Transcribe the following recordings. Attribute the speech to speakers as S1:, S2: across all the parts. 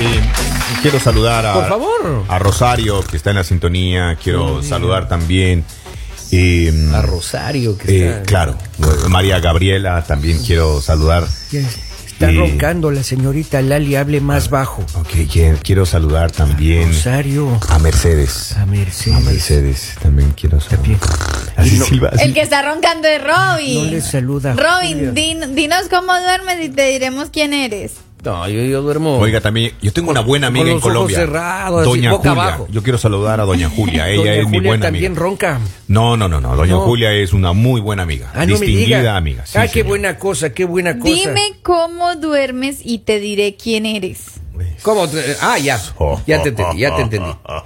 S1: eh, quiero saludar a,
S2: Por favor.
S1: a Rosario, que está en la sintonía. Quiero saludar también. eh,
S2: A Rosario, que
S1: eh,
S2: está,
S1: claro, María Gabriela también quiero saludar.
S3: Está
S1: Eh,
S3: roncando la señorita Lali, hable
S2: Ah.
S3: más bajo.
S1: Ok, quie- quiero saludar también
S3: Rosario,
S1: a Mercedes.
S3: a
S1: A
S3: Mercedes.
S1: Mercedes también quiero saludar.
S3: También.
S1: Así silba, así.
S4: El que está roncando es
S3: No
S4: Robin.
S3: le saluda.
S4: Robin, din- dinos cómo duermes y te diremos quién eres.
S2: No, yo, yo duermo.
S1: Oiga, también, yo tengo una buena amiga
S2: Con
S1: en
S2: los ojos
S1: Colombia.
S2: cerrados, así,
S1: Doña
S2: boca
S1: Julia.
S2: abajo.
S1: Yo quiero saludar a Doña Julia. Ella
S2: Doña
S1: es mi
S2: Julia
S1: buena
S2: también
S1: amiga.
S2: ronca.
S1: No, no, no, no. Doña
S2: No.
S1: Julia es una muy buena amiga.
S3: Ah, no me
S1: distinguida
S3: diga.
S1: amiga. Sí,
S3: ah, qué
S1: señor.
S3: buena cosa, qué buena cosa.
S4: Dime cómo duermes y te diré quién eres.
S2: ¿Cómo? te- Ah, ya. Ya te entendí, ya te entendí.
S3: Ah,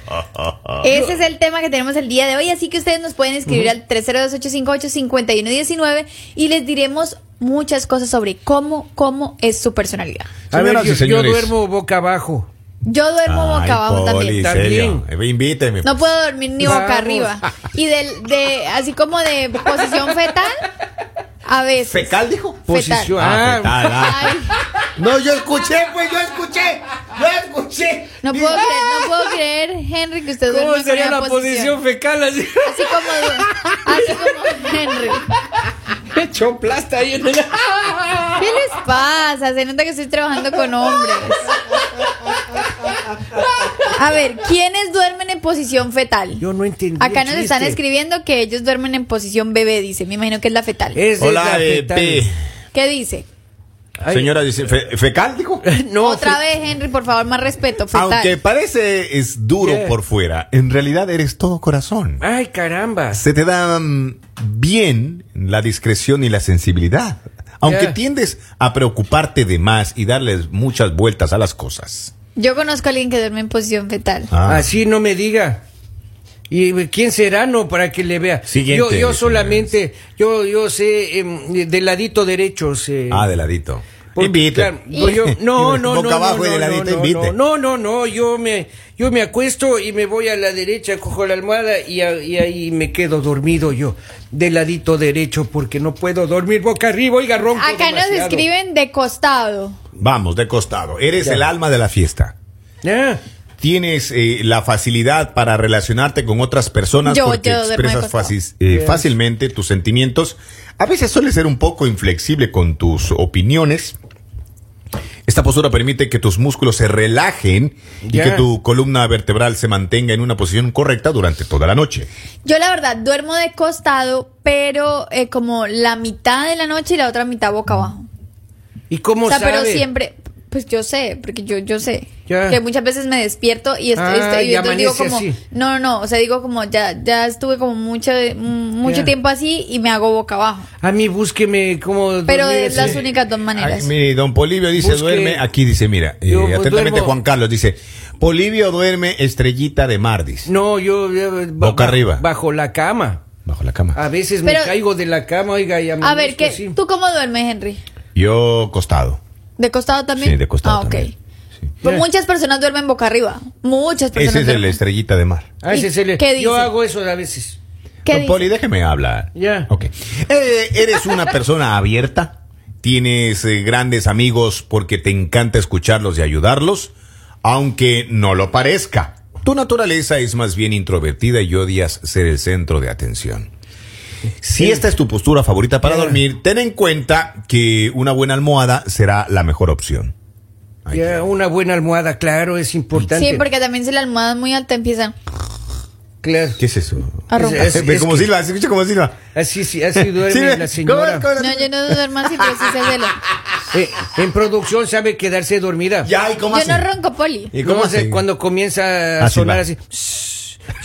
S4: Ese es el tema que tenemos el día de hoy, así que ustedes nos pueden escribir al 302-858-5119 y les diremos muchas cosas sobre cómo, cómo es su personalidad.
S3: A ver,
S1: Señoras y
S3: yo, yo
S1: señores.
S3: duermo boca abajo.
S4: Yo duermo
S1: Ay,
S4: boca abajo
S1: Poli,
S4: también.
S1: ¿en serio?
S2: También.
S1: Eh, Invíteme.
S4: No puedo dormir ni boca
S3: Vamos.
S4: arriba. Y del, de, así como de posición fetal, a veces.
S1: ¿Fecal dijo?
S4: Fetal.
S2: Posición.
S1: Ah,
S2: Ah,
S1: fetal, ah.
S4: pues, Ay,
S2: No, yo escuché, pues, yo escuché. Yo escuché.
S4: no puedo creer, no puedo creer, Henry, que usted duerme
S2: ¿Cómo
S4: en
S2: sería
S4: una
S2: la posición fecal así?
S4: Así como, du- así como Henry.
S2: Echó plasta ahí en el.
S4: ¿Qué les pasa? Se nota que estoy trabajando con hombres. A ver, ¿quiénes duermen en posición fetal?
S3: Yo no entendí.
S4: Acá
S3: el
S4: nos están
S3: chiste.
S4: escribiendo que ellos duermen en posición bebé, dice. Me imagino que es la fetal.
S3: Esa es
S1: Hola,
S3: la
S1: eh,
S3: fetal.
S1: P.
S4: ¿Qué dice?
S3: Ay.
S1: Señora dice, fe- ¿fecal dijo?
S3: No,
S4: Otra
S3: fe-
S4: vez, Henry, por favor, más respeto. Fetal.
S1: Aunque parece es duro
S3: ¿Qué?
S1: por fuera, en realidad eres todo corazón.
S3: Ay, caramba.
S1: Se te dan bien la discreción y la sensibilidad. Aunque
S3: Yeah.
S1: tiendes a preocuparte de más y darles muchas vueltas a las cosas.
S4: Yo conozco a alguien que duerme en posición fetal.
S1: Ah.
S3: Así no me diga. ¿Y quién será? No, para que le vea.
S1: Siguiente,
S3: yo, yo
S1: señores.
S3: solamente, yo, yo sé em, del ladito derecho. sé.
S1: Ah, de ladito.
S3: Por-
S1: Invite.
S3: claro, pues yo- no, no,
S1: Boca
S3: no,
S1: abajo
S3: no,
S1: y de
S3: no,
S1: ladito,
S3: no,
S1: invite.
S3: no, no, no, no, yo me, yo me acuesto y me voy a la derecha, cojo la almohada y, a- y ahí me quedo dormido yo, del ladito derecho, porque no puedo dormir boca arriba, oiga, ronco
S4: Acá nos
S3: demasiado.
S4: escriben de costado.
S1: Vamos, de costado. Eres
S3: Ya.
S1: el alma de la fiesta.
S3: Ah,
S1: Tienes eh, la facilidad para relacionarte con otras personas
S4: Yo-
S1: porque
S4: yo duermo de
S1: expresas
S4: costado.
S1: facis- eh,
S3: Yes.
S1: fácilmente tus sentimientos. A veces suele ser un poco inflexible con tus opiniones. Esta postura permite que tus músculos se relajen
S3: Ya.
S1: y que tu columna vertebral se mantenga en una posición correcta durante toda la noche.
S4: Yo la verdad duermo de costado, pero eh, como la mitad de la noche y la otra mitad boca abajo.
S3: ¿Y cómo
S4: O sea,
S3: sabe?
S4: pero siempre, pues yo sé, porque yo, yo sé.
S3: Ya.
S4: Que muchas veces me despierto y estoy,
S3: Ah,
S4: estoy- y
S3: y
S4: entonces digo
S3: amanece
S4: como,
S3: así.
S4: no, no, no, o sea, digo como ya, ya estuve como mucho, mm, mucho
S3: Ya.
S4: tiempo así y me hago boca abajo.
S3: A mí búsqueme como...
S4: Pero de
S3: dormir,
S4: las
S3: sí.
S4: únicas dos
S1: Ay,
S4: maneras.
S1: mire, don Polivio dice
S3: Busque-
S1: duerme. Aquí dice, mira, eh,
S3: Yo, pues,
S1: atentamente
S3: duermo-
S1: Juan Carlos dice: Polivio duerme estrellita de Mardis.
S3: No, yo... yo, eh, ba-
S1: Boca
S3: ba-
S1: arriba.
S3: Bajo la cama.
S1: Bajo la cama.
S3: A veces me
S4: Pero-
S3: caigo de la cama, oiga, y
S4: A ver,
S3: que
S1: pues
S4: ¿qué, ¿tú cómo duermes, Henry?
S1: Yo costado.
S4: ¿De costado también?
S1: Sí, de costado
S4: Ah, ok.
S1: también. Sí.
S4: Pero
S3: Ya.
S4: muchas personas duermen boca arriba. Muchas personas.
S1: Ese es el
S4: duermen.
S1: estrellita de mar.
S3: A veces
S4: ¿Y
S3: se le-
S4: qué dice?
S3: Yo hago eso a veces.
S4: ¿Qué
S1: Don
S4: dice?
S1: Poli, déjeme hablar.
S3: Ya.
S1: Ok. Eh, eres una persona abierta. Tienes eh, grandes amigos porque te encanta escucharlos y ayudarlos, aunque no lo parezca. Tu naturaleza es más bien introvertida y odias ser el centro de atención. Si esta es tu postura favorita para
S3: Ya.
S1: dormir, ten en cuenta que una buena almohada será la mejor opción. Ahí
S3: Ya,
S1: tiene.
S3: una buena almohada, claro, es importante.
S4: Sí, porque también si la almohada es muy alta empiezan
S3: Claro.
S1: ¿Qué es eso?
S4: a
S3: Es-
S4: romper.
S3: es-
S1: Ve cómo
S3: que-
S1: silba, se escucha cómo silba.
S3: Así, sí, así duerme
S1: Sí, ve,
S3: la
S1: ¿cómo es?
S3: señora.
S1: ¿Cómo es?
S4: No, yo no duermo así, pero sí se duele.
S3: Eh, en producción sabe quedarse dormida.
S1: Ya, ¿y cómo
S4: Yo
S1: hacen?
S4: no ronco poli,
S1: ¿Y
S3: No
S1: cómo
S3: sé,
S1: hacen?
S3: cuando comienza a
S1: Así
S3: sonar
S1: va.
S3: así.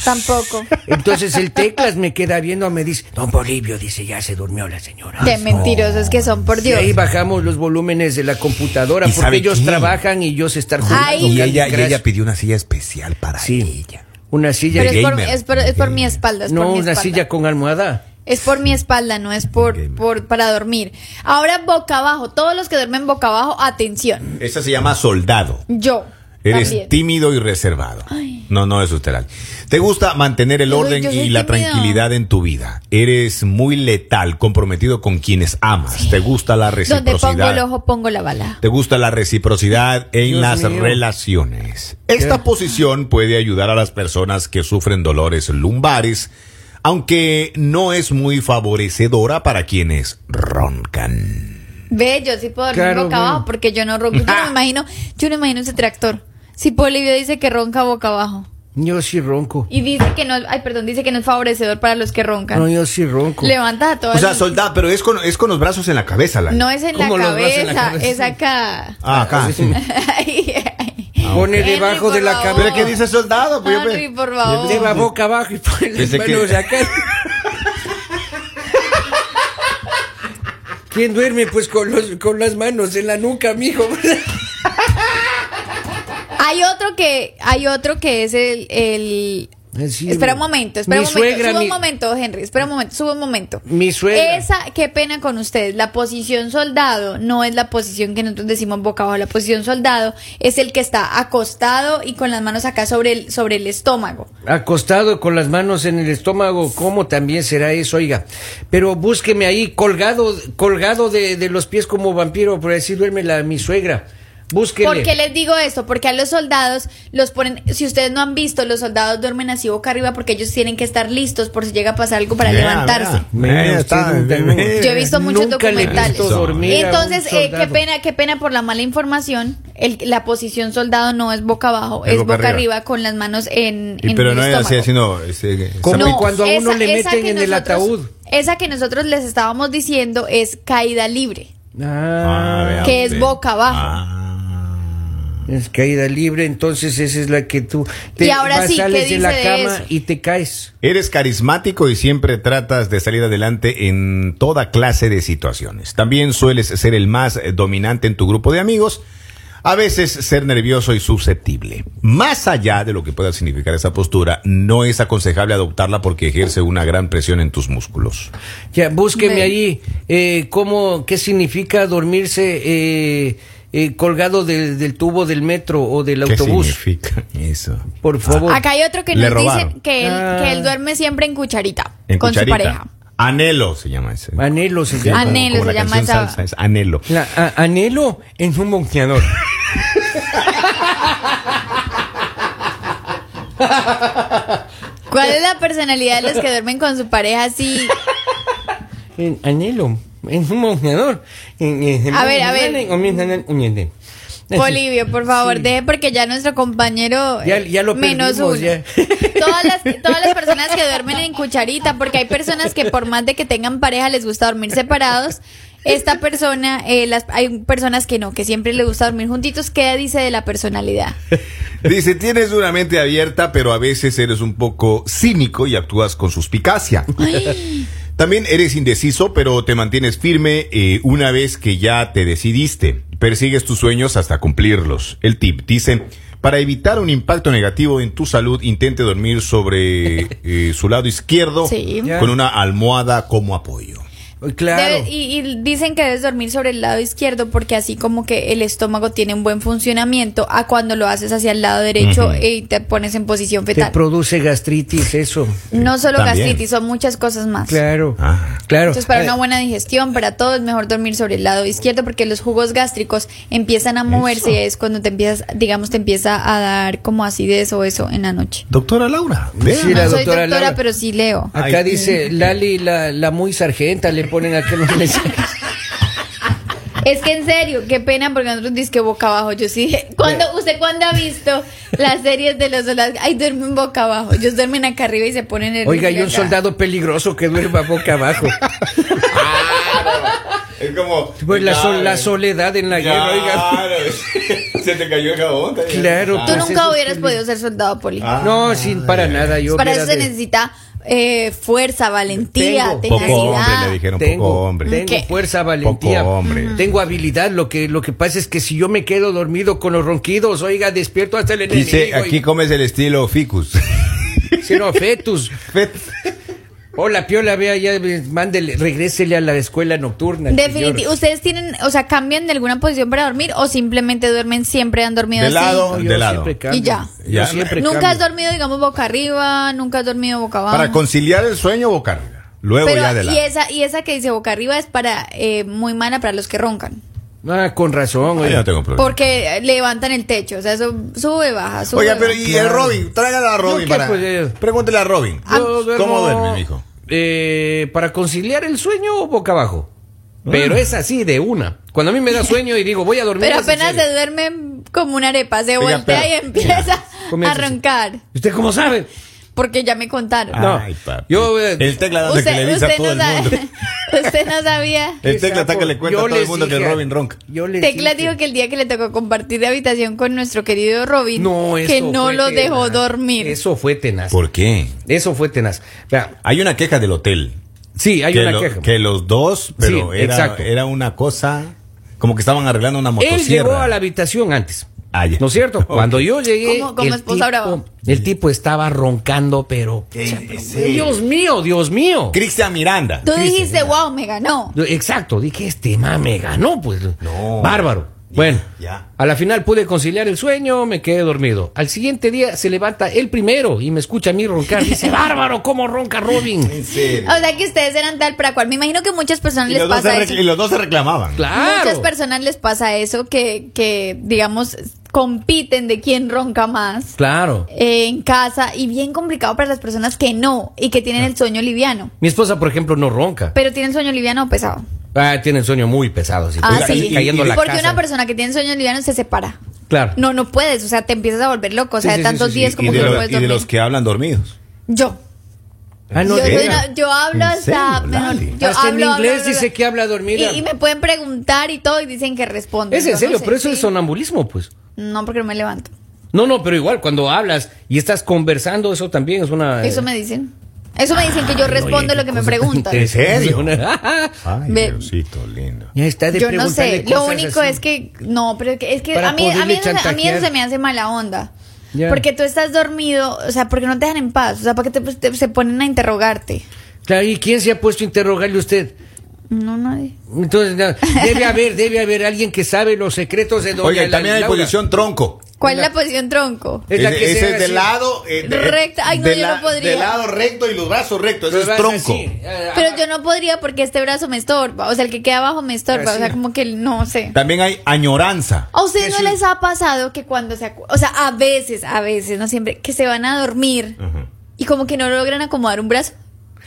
S4: tampoco.
S3: Entonces el teclas me queda viendo, me dice, don Bolivio, dice, ya se durmió la señora.
S4: Qué mentirosos que son, por
S3: Y
S4: Dios.
S3: ahí bajamos los volúmenes de la computadora
S1: ¿Y
S3: porque
S1: sabe
S3: ellos
S1: qué?
S3: trabajan y yo se están
S4: Ay.
S1: Y
S3: jugando. Candy
S1: ella, y
S3: Crush.
S1: ella pidió una silla especial para
S3: Sí,
S1: ella.
S3: una silla.
S4: Pero es por,
S1: gamer.
S4: es por- es por mi espalda, es por
S3: no,
S4: mi
S3: una
S4: espalda.
S3: silla con almohada.
S4: Es por mi espalda, no es por, por para dormir. Ahora boca abajo, todos los que duermen boca abajo, atención.
S1: Esa se llama soldado.
S4: Yo
S1: Eres
S4: también.
S1: tímido y reservado. No, no es Uteral. Te gusta mantener el
S4: Yo soy-
S1: orden
S4: yo soy
S1: y la
S4: tímida.
S1: tranquilidad en tu vida. Eres muy letal, comprometido con quienes amas. Te gusta la
S4: Donde pongo el
S1: reciprocidad.
S4: ojo, pongo la bala.
S1: Te gusta la reciprocidad en
S3: Dios
S1: las
S3: mío.
S1: relaciones. Esta posición puede ayudar a las personas que sufren dolores lumbares, aunque no es muy favorecedora para quienes roncan.
S4: Ve, yo sí puedo dormir
S3: Claro,
S4: boca
S3: bueno.
S4: abajo porque yo no ronco. Yo no me imagino, yo no imagino ese tractor. Si Polivio dice que ronca boca abajo
S3: Yo sí ronco.
S4: y dice que no, ay, perdón, dice que no es favorecedor para los que roncan.
S3: No, yo sí ronco.
S4: Levantas a todas.
S1: O sea,
S4: las-
S1: soldado, pero es con, es con los brazos en la cabeza, la
S4: no es en la
S3: ¿Cómo los brazos
S4: cabeza,
S3: en la cabeza?
S4: es acá.
S1: Ah, acá.
S3: Sí.
S4: Ay, ay.
S3: Pone
S4: Henry,
S3: debajo
S4: por
S3: de la
S4: favor.
S3: cabeza.
S1: ¿Pero qué dice soldado? Pues yo pe-
S4: Henry, por favor.
S3: Lleva boca abajo y pone las
S1: Pensé que-
S3: manos acá. ¿Quién duerme pues con, los, con las manos en la nuca, mijo?
S4: Hay otro que, hay otro que es el, el-
S3: Así,
S4: espera un
S3: güey.
S4: momento, espera
S3: Mi
S4: un momento,
S3: suegra,
S4: suba
S3: mi-
S4: un momento, Henry, espera un momento, suba un momento.
S3: Mi suegra.
S4: Esa, qué pena con ustedes, la posición soldado no es la posición que nosotros decimos boca abajo, la posición soldado es el que está acostado y con las manos acá sobre el, sobre el estómago.
S3: Acostado con las manos en el estómago, ¿cómo también será eso, oiga? Pero búsqueme ahí, colgado, colgado de, de los pies como vampiro, por así duerme la, mi suegra. Búsqueme.
S4: ¿Por qué les digo esto? Porque a los soldados los ponen, si ustedes no han visto, los soldados duermen así boca arriba porque ellos tienen que estar listos por si llega a pasar algo para
S1: Mira,
S4: levantarse.
S1: mira,
S3: Mira,
S1: mira,
S3: usted
S1: está,
S3: nunca-
S1: mira, mira.
S4: Yo he visto muchos
S3: Nunca le he
S4: documentales.
S3: visto dormir a un
S4: Entonces, eh, qué
S3: soldado.
S4: pena, qué pena por la mala información. El- la posición soldado no es boca abajo,
S1: Es
S4: es,
S1: boca
S4: boca,
S1: arriba.
S4: arriba. con las manos en,
S1: Y
S4: en
S1: pero
S4: el
S1: no es así
S4: estómago.
S1: haciendo este,
S3: Como
S1: zapi-
S3: cuando a uno le
S4: esa
S3: meten
S4: que
S3: en el ataúd.
S4: Esa que nosotros les estábamos diciendo es caída libre.
S1: Ah,
S3: Ah,
S1: vea
S4: que es
S1: usted.
S4: boca abajo.
S1: Ah.
S3: es caída libre, entonces esa es la que tú te
S4: Y ahora
S3: vas,
S4: sí, ¿qué
S3: sales de
S4: dice
S3: la
S4: de
S3: cama
S4: eso?
S3: y te caes.
S1: Eres carismático y siempre tratas de salir adelante en toda clase de situaciones. También sueles ser el más eh, dominante en tu grupo de amigos. A veces ser nervioso y susceptible. Más allá de lo que pueda significar esa postura, no es aconsejable adoptarla porque ejerce una gran presión en tus músculos.
S3: Ya, búsqueme
S4: Ve.
S3: ahí eh, cómo, qué significa dormirse eh, eh, colgado del, del tubo del metro o del autobús.
S1: ¿Qué significa eso?
S3: Por favor.
S4: Acá hay otro que
S1: Le
S4: nos
S1: robaron.
S4: dice que él,
S3: Ah.
S4: que él duerme siempre en cucharita
S1: En
S4: con
S1: cucharita.
S4: su pareja.
S1: Anhelo se llama ese.
S3: Anhelo se
S1: Sí,
S3: llama.
S1: como-
S4: Anhelo
S1: como
S4: se
S1: la
S4: llama
S1: canción
S4: esa-
S1: salsa, es anhelo.
S3: La- a- anhelo en un boqueador.
S4: ¿Cuál es la personalidad de los que duermen con su pareja así?
S3: En- anhelo en un boqueador. En- en-
S4: A ver, a ver.
S3: en-
S4: Polivio, por favor,
S3: Sí.
S4: deje porque ya nuestro compañero
S3: Ya-
S4: eh,
S3: ya lo
S4: menos
S3: perdimos,
S4: uno.
S3: ya.
S4: Todas las todas las personas que duermen en cucharita, porque hay personas que por más de que tengan pareja les gusta dormir separados. Esta persona, eh, las, hay personas que no, que siempre les gusta dormir juntitos. ¿Qué dice de la personalidad?
S1: Dice, tienes una mente abierta, pero a veces eres un poco cínico y actúas con suspicacia. También eres indeciso, pero te mantienes firme eh, una vez que ya te decidiste. Persigues tus sueños hasta cumplirlos. El tip dice, para evitar un impacto negativo en tu salud, intente dormir sobre eh, su lado izquierdo
S4: Sí.
S1: con una almohada como apoyo.
S3: Claro.
S4: Debe- y, y dicen que debes dormir sobre el lado izquierdo porque así como que el estómago tiene un buen funcionamiento a cuando lo haces hacia el lado derecho eh, y te pones en posición
S3: Te
S4: fetal.
S3: produce gastritis, eso.
S4: No solo
S1: También.
S4: gastritis, son muchas cosas más.
S3: Eh, Claro.
S1: Ah.
S3: Claro.
S4: Entonces, para
S3: Eh,
S4: una buena digestión, para todo es mejor dormir sobre el lado izquierdo porque los jugos gástricos empiezan a moverse y es cuando te empiezas, digamos, te empieza a dar como acidez o eso en la noche.
S1: Doctora Laura, vea.
S3: Sí, la
S4: no soy
S3: doctora
S4: doctora,
S3: Laura.
S4: pero sí leo.
S3: Acá
S1: Ay,
S3: dice Lali, la, la muy sargenta, le ponen acá los mensajes.
S4: Es que en serio, qué pena porque nosotros dice que boca abajo. Yo sí. cuando ¿Usted cuándo ha visto las series de los soldados? Ay, duermen boca abajo. Ellos duermen acá arriba y se ponen el.
S3: Oiga, y un
S4: acá.
S3: soldado peligroso que duerma boca abajo.
S1: Es como...
S3: Pues la, sol- la
S1: Claro.
S3: soledad en la guerra, oiga.
S1: se te cayó el jabón.
S3: Claro.
S4: Tú
S3: Pues eso
S4: nunca
S3: es
S4: hubieras
S3: peli-
S4: podido ser soldado, Poli.
S1: Ah,
S3: No, sin para nada. Yo
S4: Para
S3: hubiera
S4: eso se
S3: de-
S4: necesita eh, fuerza, valentía,
S3: Tengo.
S1: Poco hombre,
S4: tenacidad.
S1: le dijeron, poco
S3: Tengo,
S1: hombre.
S3: tengo
S4: ¿Qué?
S3: fuerza, valentía,
S1: Poco hombre.
S3: tengo habilidad. Lo que, lo que pasa es que si yo me quedo dormido con los ronquidos, oiga, despierto hasta el enemigo. Ah.
S1: Dice,
S3: y-
S1: aquí comes el estilo ficus.
S3: Sí, no, fetus. Hola, Piola, vea, ya eh, mándele, regrésele a la escuela nocturna.
S4: Definitivamente. ¿Ustedes tienen, o sea, cambian de alguna posición para dormir o simplemente duermen siempre, han dormido
S1: De
S4: así?
S1: lado.
S3: señor. Yo
S1: De lado.
S3: siempre cambio.
S4: Y ya.
S3: Yo
S1: Ya.
S3: siempre
S4: Nunca has
S3: cambio.
S4: dormido, digamos, boca arriba, nunca has dormido boca abajo.
S1: Para conciliar el sueño, boca arriba. Luego
S4: Pero,
S1: ya de
S4: y
S1: lado.
S4: esa, y esa que dice boca arriba es para eh, muy mala para los que roncan.
S3: Ah, con razón,
S1: Ah,
S3: oye.
S1: yo no tengo problema.
S4: Porque levantan el techo, o sea, eso sube, baja, sube.
S1: Oiga, pero
S4: baja.
S1: y el Robin, tráigala a Robin
S3: qué,
S1: para.
S3: pues, eh.
S1: Pregúntele a Robin.
S3: Ah, Yo duermo,
S1: ¿Cómo duerme, mijo?
S3: eh, para conciliar el sueño boca abajo.
S4: Ah.
S3: Pero es así de una. Cuando a mí me da sueño y digo, voy a dormir.
S4: Pero
S3: es en
S4: apenas
S3: serio.
S4: se duerme como una arepa, se
S1: Oiga,
S4: voltea
S1: pero-
S4: y empieza a
S3: Comienza así.
S4: roncar.
S3: ¿Usted cómo sabe?
S4: Porque ya me contaron.
S3: Ah, no.
S1: papi.
S3: Yo, eh,
S1: el tecla donde que le avisa a todo el
S4: sabe-
S1: mundo.
S4: usted no sabía.
S1: El
S3: Qué
S1: tecla está
S3: sapo.
S1: que le cuenta a
S3: Yo
S1: todo el
S3: les
S1: mundo que
S3: dije a-
S1: Robin ronca.
S3: Yo les
S4: Tecla
S3: dije.
S4: dijo que el día que le tocó compartir de habitación con nuestro querido Robin,
S3: No,
S4: que
S3: eso
S4: no
S3: fue
S4: lo
S3: tenaz.
S4: dejó dormir.
S3: Eso fue tenaz.
S1: ¿Por qué?
S3: Eso fue tenaz. Vea,
S1: Hay una queja del hotel.
S3: sí, hay
S1: que
S3: una
S1: lo-
S3: queja.
S1: Que los dos, pero
S3: Sí,
S1: era,
S3: exacto.
S1: era una cosa. Como que estaban arreglando una
S3: Él llegó
S1: motosierra.
S3: a la habitación antes.
S1: Ah, ya.
S3: ¿No es cierto?
S1: Ok.
S3: Cuando yo llegué,
S4: Como- como
S3: el,
S4: esposa brava.
S3: tipo, el tipo estaba roncando, pero... Dios mío, Dios mío.
S1: Cristian Miranda.
S4: Tú dijiste, wow, me ganó.
S3: Exacto, dije, este ma me ganó, pues.
S1: No.
S3: Bárbaro. Bueno,
S1: ya.
S3: a la final pude conciliar el sueño, me quedé dormido. Al siguiente día se levanta él primero y me escucha a mí roncar. Dice, bárbaro, ¿cómo ronca Robin?
S1: En serio.
S4: O sea que ustedes eran tal para cual. Me imagino que muchas personas
S1: Y
S4: Ah, les
S1: los, dos se
S4: pasa
S1: rec-
S4: eso.
S1: y los dos se reclamaban.
S4: Muchas
S3: Claro.
S4: personas les pasa eso que, que, digamos, compiten de quién ronca más
S3: Claro.
S4: eh, en casa y bien complicado para las personas que no y que tienen el sueño liviano.
S3: Mi esposa, por ejemplo, no ronca.
S4: Pero tienen sueño liviano o pesado.
S3: Ah, tiene el sueño muy pesado. Así,
S4: Ah,
S3: pues,
S4: sí.
S3: cayendo la
S4: Porque
S3: casa.
S4: una persona que tiene sueño liviano se separa.
S3: Claro.
S4: No, no puedes, o sea, te empiezas a volver loco, o sea,
S3: Sí,
S4: de
S3: sí,
S4: tantos
S3: sí, sí,
S4: días
S3: sí.
S1: y,
S4: como que
S1: de
S4: no
S1: lo-
S4: puedes
S1: y de
S4: dormir.
S1: los que hablan dormidos.
S4: Yo.
S3: Ah, no, de
S4: yo, soy
S3: veras.
S4: una- yo hablo
S1: ¿En serio?
S4: hasta. mejor,
S1: Dale.
S4: yo
S3: Hasta en
S4: hablo, hablo,
S3: inglés
S4: hablo,
S3: dice que habla dormida.
S4: Y, y me pueden preguntar y todo, y dicen que respondo.
S3: Es en
S4: Yo
S3: serio,
S4: no sé,
S3: pero eso es
S4: sí.
S3: sonambulismo, pues.
S4: No, porque no me levanto.
S3: No, no, pero igual, cuando hablas y estás conversando, eso también es una. eh,
S4: Eso me dicen. Eso me dicen que yo respondo lo que me preguntan.
S1: ¿En serio?
S3: ya
S1: Ay,
S4: Ve-
S1: Diosito lindo.
S3: está de
S4: Yo no sé.
S3: preguntarle
S4: Lo
S3: cosas
S4: único
S3: así.
S4: es que. No, pero es que, es que
S3: Para
S4: a, mí, a,
S3: poderle
S4: mí eso, se- a mí eso
S3: chantajear.
S4: se me hace mala onda.
S3: Ya.
S4: Porque tú estás dormido, o sea, porque no te dejan en paz, o sea, porque te, te- se ponen a interrogarte.
S3: Claro, ¿y quién se ha puesto a interrogarle a usted?
S4: No, nadie.
S3: Entonces, no, debe haber, debe haber alguien que sabe los secretos de doña
S1: Oiga, y
S3: la-
S1: también hay
S3: Laura.
S1: posición tronco.
S4: ¿Cuál es la posición tronco?
S3: Es la
S1: Ese-
S3: que se
S1: ese
S3: haga
S1: es de
S3: así.
S1: lado. eh, de-
S4: Recta. Ay, no,
S1: de
S4: yo no podría.
S1: De lado recto y los brazos rectos. Eso
S3: Pero
S1: pues, es
S3: vas
S1: tronco.
S3: así, eh,
S4: Pero yo no podría porque este brazo me estorba, o sea, el que queda abajo me estorba, o sea,
S3: Así.
S4: como que no sé.
S1: También hay añoranza.
S4: ¿A ustedes
S3: Ah, Que
S4: no
S3: sí.
S4: les ha pasado que cuando se acu- o sea, a veces, a veces, no siempre, que se van a dormir
S1: Ajá.
S4: y como que no logran acomodar un brazo?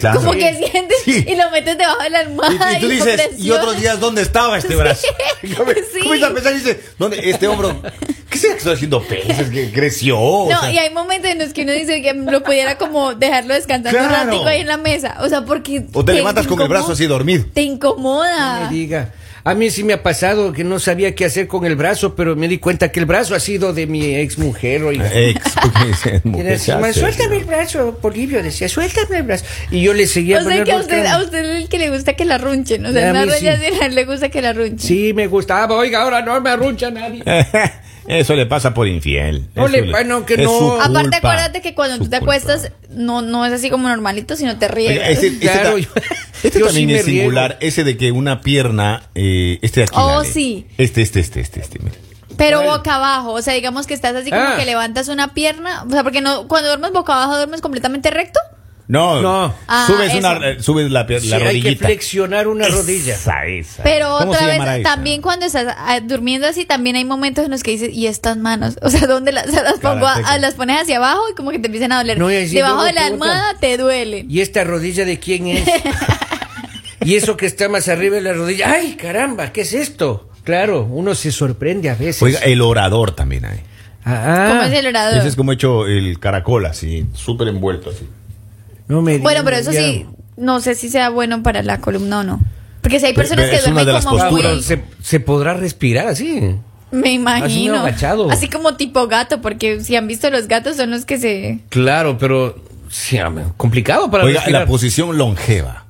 S1: Claro.
S4: Como que
S1: Sí.
S4: sientes
S1: Sí.
S4: y lo metes debajo de la
S1: Y,
S4: almohada.
S1: y tú
S4: lo
S1: dices, y otros
S4: presionas.
S1: días, ¿dónde estaba este brazo?
S4: Sí.
S1: Comienza a pensar y dice, ¿dónde? Este hombro, ¿qué será que estoy haciendo pesas? ¿Que creció? O
S4: No,
S1: sea,
S4: y hay momentos en los que uno dice que lo pudiera como dejarlo descansando un
S1: Claro.
S4: ratico ahí en la mesa. O sea, porque.
S1: o te levantas con el
S4: incomoda.
S1: brazo así dormido.
S4: Te
S3: No
S4: incomoda.
S3: me diga. A mí sí me ha pasado que no sabía qué hacer con el brazo, pero me di cuenta que el brazo ha sido de mi ex mujer, oiga.
S1: Ex, porque dicen,
S3: Y
S1: mujer,
S3: decía,
S1: ya sé,
S3: suéltame el brazo, Polivio decía, suéltame el brazo. Y yo le seguía
S4: O sea,
S3: poniendo
S4: que a
S3: el
S4: usted,
S3: brazo.
S4: a usted es el que le gusta que la runchen. O sea,
S3: A
S4: no
S3: mí
S4: raya
S3: sí.
S4: de- le gusta que la runchen.
S3: Sí, me gustaba, oiga, ahora no me arruncha nadie.
S1: Eso le pasa por infiel.
S3: No
S1: Eso
S3: le- bueno, que
S1: es
S3: no.
S1: su
S4: Aparte,
S1: culpa.
S4: acuérdate que cuando
S1: Su
S4: tú te
S1: culpa.
S4: acuestas, eh, no, no es así como normalito, sino te
S1: Oiga,
S4: riegas.
S1: ese, este
S3: Claro,
S1: ta-
S3: yo-
S1: este
S3: yo
S1: también
S3: sí me
S1: es singular, ese de que una pierna, eh, este de aquí.
S4: Oh,
S1: dale.
S4: sí.
S1: Este, este, este, este, este. mira.
S4: Pero
S3: Bueno.
S4: boca abajo, o sea, digamos que estás así como
S3: Ah.
S4: que levantas una pierna, o sea, porque no cuando duermes boca abajo duermes completamente recto.
S1: No,
S3: No.
S4: Ah,
S1: subes, una,
S4: eso.
S1: eh, subes la, pier-
S3: Sí,
S1: la
S3: hay que
S1: rodillita.
S3: flexionar una rodilla.
S1: Esa, esa.
S4: Pero
S1: ¿Cómo
S4: otra
S1: se
S4: vez,
S1: llamará esa?
S4: también cuando estás ah, durmiendo así, también hay momentos en los que dices, ¿y estas manos? O sea, ¿dónde las, se las pongo? a-
S1: Karateka.
S4: a- las pones hacia abajo y como que te empiezan a doler.
S3: No, y así
S4: Debajo
S3: luego
S4: de la
S3: te botan.
S4: almohada te duelen.
S3: ¿Y esta rodilla de quién es? y eso que está más arriba de la rodilla. ¡Ay, caramba! ¿Qué es esto? Claro, uno se sorprende a veces.
S1: Oiga, eh, el orador también hay.
S3: Ah,
S4: Como es el orador.
S1: Ese es como hecho el caracol, así, súper envuelto, así.
S3: no me
S4: Bueno,
S3: diga,
S4: pero eso
S3: ya.
S4: sí, no sé si sea bueno para la columna o no. Porque si hay
S1: Pero-
S4: personas
S1: pero
S4: que
S1: es una
S4: duermen
S1: de las
S4: como
S3: Ah,
S4: muy-
S3: bueno, se, se podrá respirar así.
S4: Me imagino.
S3: agachado.
S4: Así como tipo gato, porque si han visto los gatos son los que se...
S3: Claro, pero sí, hombre, complicado para
S1: Oiga,
S3: respirar.
S1: la posición longeva.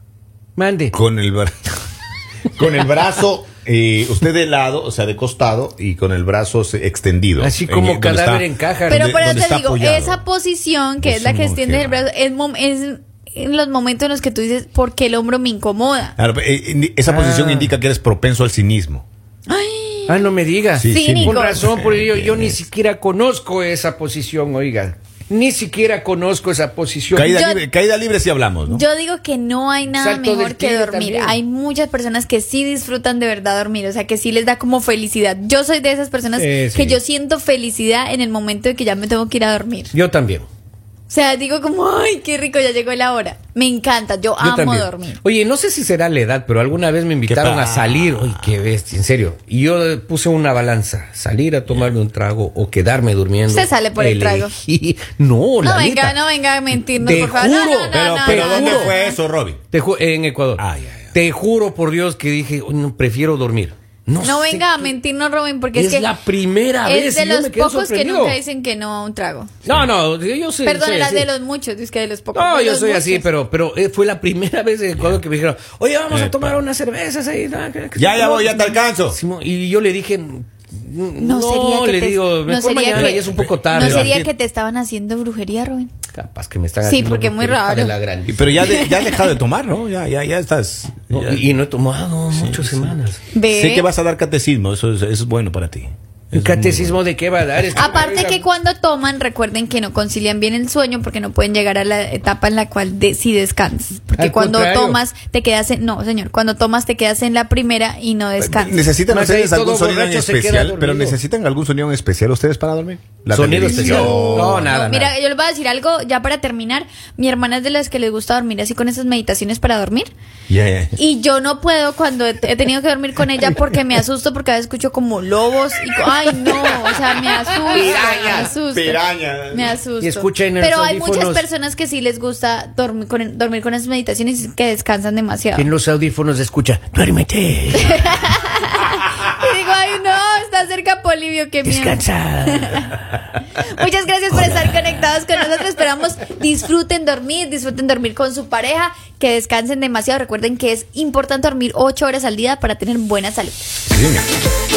S3: Mande.
S1: Con el, bra- con el brazo, eh, usted de lado, o sea, de costado, y con el brazo se- extendido.
S3: Así
S1: En-
S3: como
S1: donde está-
S3: cadáver en caja.
S4: Pero
S1: donde-
S4: por eso
S1: donde
S4: te
S1: está
S4: digo,
S1: apoyado.
S4: esa posición que es, la
S1: Posición
S4: que extiende el
S1: longeva.
S4: brazo es, mom- es en los momentos en los que tú dices, porque el hombro me incomoda.
S1: Claro, eh, indi- esa
S3: Ah.
S1: posición indica que eres propenso al cinismo.
S4: Ay,
S3: Ah, no me digas.
S1: Sí,
S4: cínico.
S1: cínico.
S3: Con razón, porque yo, yo ni siquiera conozco esa posición, oiga. Ni siquiera conozco esa posición.
S1: Caída,
S4: Yo-
S1: libre, caída libre si hablamos, ¿no?
S4: Yo digo que no hay nada
S3: Salto del
S4: mejor que
S3: tigre
S4: dormir.
S3: también.
S4: Hay muchas personas que sí disfrutan de verdad dormir, o sea, que sí les da como felicidad. Yo soy de esas personas
S3: Sí, sí.
S4: que yo siento felicidad en el momento de que ya me tengo que ir a dormir.
S3: Yo también.
S4: O sea, digo como, ay, qué rico, ya llegó la hora. Me encanta, yo,
S3: Yo
S4: amo
S3: también.
S4: dormir.
S3: Oye, no sé si será la edad, pero alguna vez me invitaron
S1: pa-
S3: a salir. Oye, qué bestia, en serio. Y yo eh, puse una balanza: salir a tomarme un trago o quedarme durmiendo.
S4: Usted sale por el trago.
S3: Elegí- No,
S4: No
S3: la
S4: venga,
S3: neta.
S4: no venga a mentirnos,
S3: Te
S4: por favor. No,
S3: juro,
S4: no, no,
S1: pero,
S4: no,
S1: pero
S4: no,
S1: ¿dónde
S4: no.
S1: fue eso, Robin?
S3: Te ju- en Ecuador.
S1: Ay, ay, ay.
S3: Te juro por Dios que dije, "Uy, no, prefiero dormir. No,
S4: No
S3: sé
S4: venga a
S3: qué-
S4: mentirnos, Robin, porque es,
S3: Es
S4: que
S3: la primera
S4: es
S3: vez
S4: de
S3: y yo
S4: los
S3: me quedé
S4: pocos que
S3: sorprendido.
S4: nunca dicen que no a un trago.
S3: No, no, yo sé.
S4: Perdón,
S3: sé,
S4: era
S3: sí.
S4: de los muchos, es que de los pocos.
S3: No,
S4: de
S3: yo
S4: los
S3: soy así,
S4: muchos.
S3: pero pero eh, fue la primera vez en Ecuador que me dijeron, oye, vamos a
S1: Epa.
S3: tomar unas cervezas ahí. no, que- que-
S1: Ya, ya
S3: no,
S1: voy, ya te alcanzo.
S3: Simón, Y yo le dije, no,
S4: sería que
S3: le
S4: te-
S3: digo,
S4: no
S3: mejor
S4: sería
S3: mañana,
S4: que-
S3: ya es un poco
S4: No
S3: tarde.
S4: sería que te estaban haciendo brujería, Robin.
S3: Capaz que me están
S4: Sí,
S3: haciendo
S4: porque muy
S3: brujería, hija de
S4: raro.
S3: la gran-
S1: Y- Pero ya, de- ya has dejado de tomar, ¿no? Ya, ya, ya estás.
S3: No,
S1: ya-
S3: y, y no he tomado muchas semanas.
S4: Ve.
S1: Sé que vas a dar catecismo, eso es, eso es bueno para ti.
S3: ¿El catecismo de qué va a dar? este Es
S4: Aparte
S3: oiga,
S4: que cuando toman, recuerden que no concilian bien el sueño porque no pueden llegar a la etapa en la cual de, si descansas. Porque
S3: Al
S4: cuando
S3: contrario.
S4: tomas te quedas en... No, señor, cuando tomas te quedas en la primera y no
S3: Pues,
S4: descansas.
S1: ¿Necesitan
S3: Más
S1: ustedes
S3: ahí todo
S1: algún sonido en
S3: borracho se queda
S1: especial? Pero
S3: dormido.
S1: ¿necesitan algún sonido en especial ustedes para dormir? La
S3: Sonido
S1: televisión.
S3: especial. No, nada.
S4: mira,
S3: nada.
S4: yo les voy a decir algo ya para terminar. Mi hermana es de las que les gusta dormir así con esas meditaciones para dormir.
S1: Ya, ya.
S4: Y yo no puedo cuando he he tenido que dormir con ella porque me asusto porque a veces escucho como lobos y co- ay no, o sea, me asusto, me asusto.
S1: Pirañas.
S4: Me asusto.
S3: Y escuchen en
S4: Pero
S3: los
S4: hay muchas
S3: audífonos.
S4: personas que sí les gusta dormir con dormir con esas meditaciones y que descansan demasiado.
S3: que en los audífonos escucha, duérmete,
S4: Y digo, ay no, está cerca Polivio, qué miedo.
S3: descansa.
S4: Muchas gracias por estar conectados con nosotros. Esperamos disfruten dormir, disfruten dormir con su pareja, que descansen demasiado. Recuerden que es importante dormir ocho horas al día para tener buena salud.
S1: Sí, señor.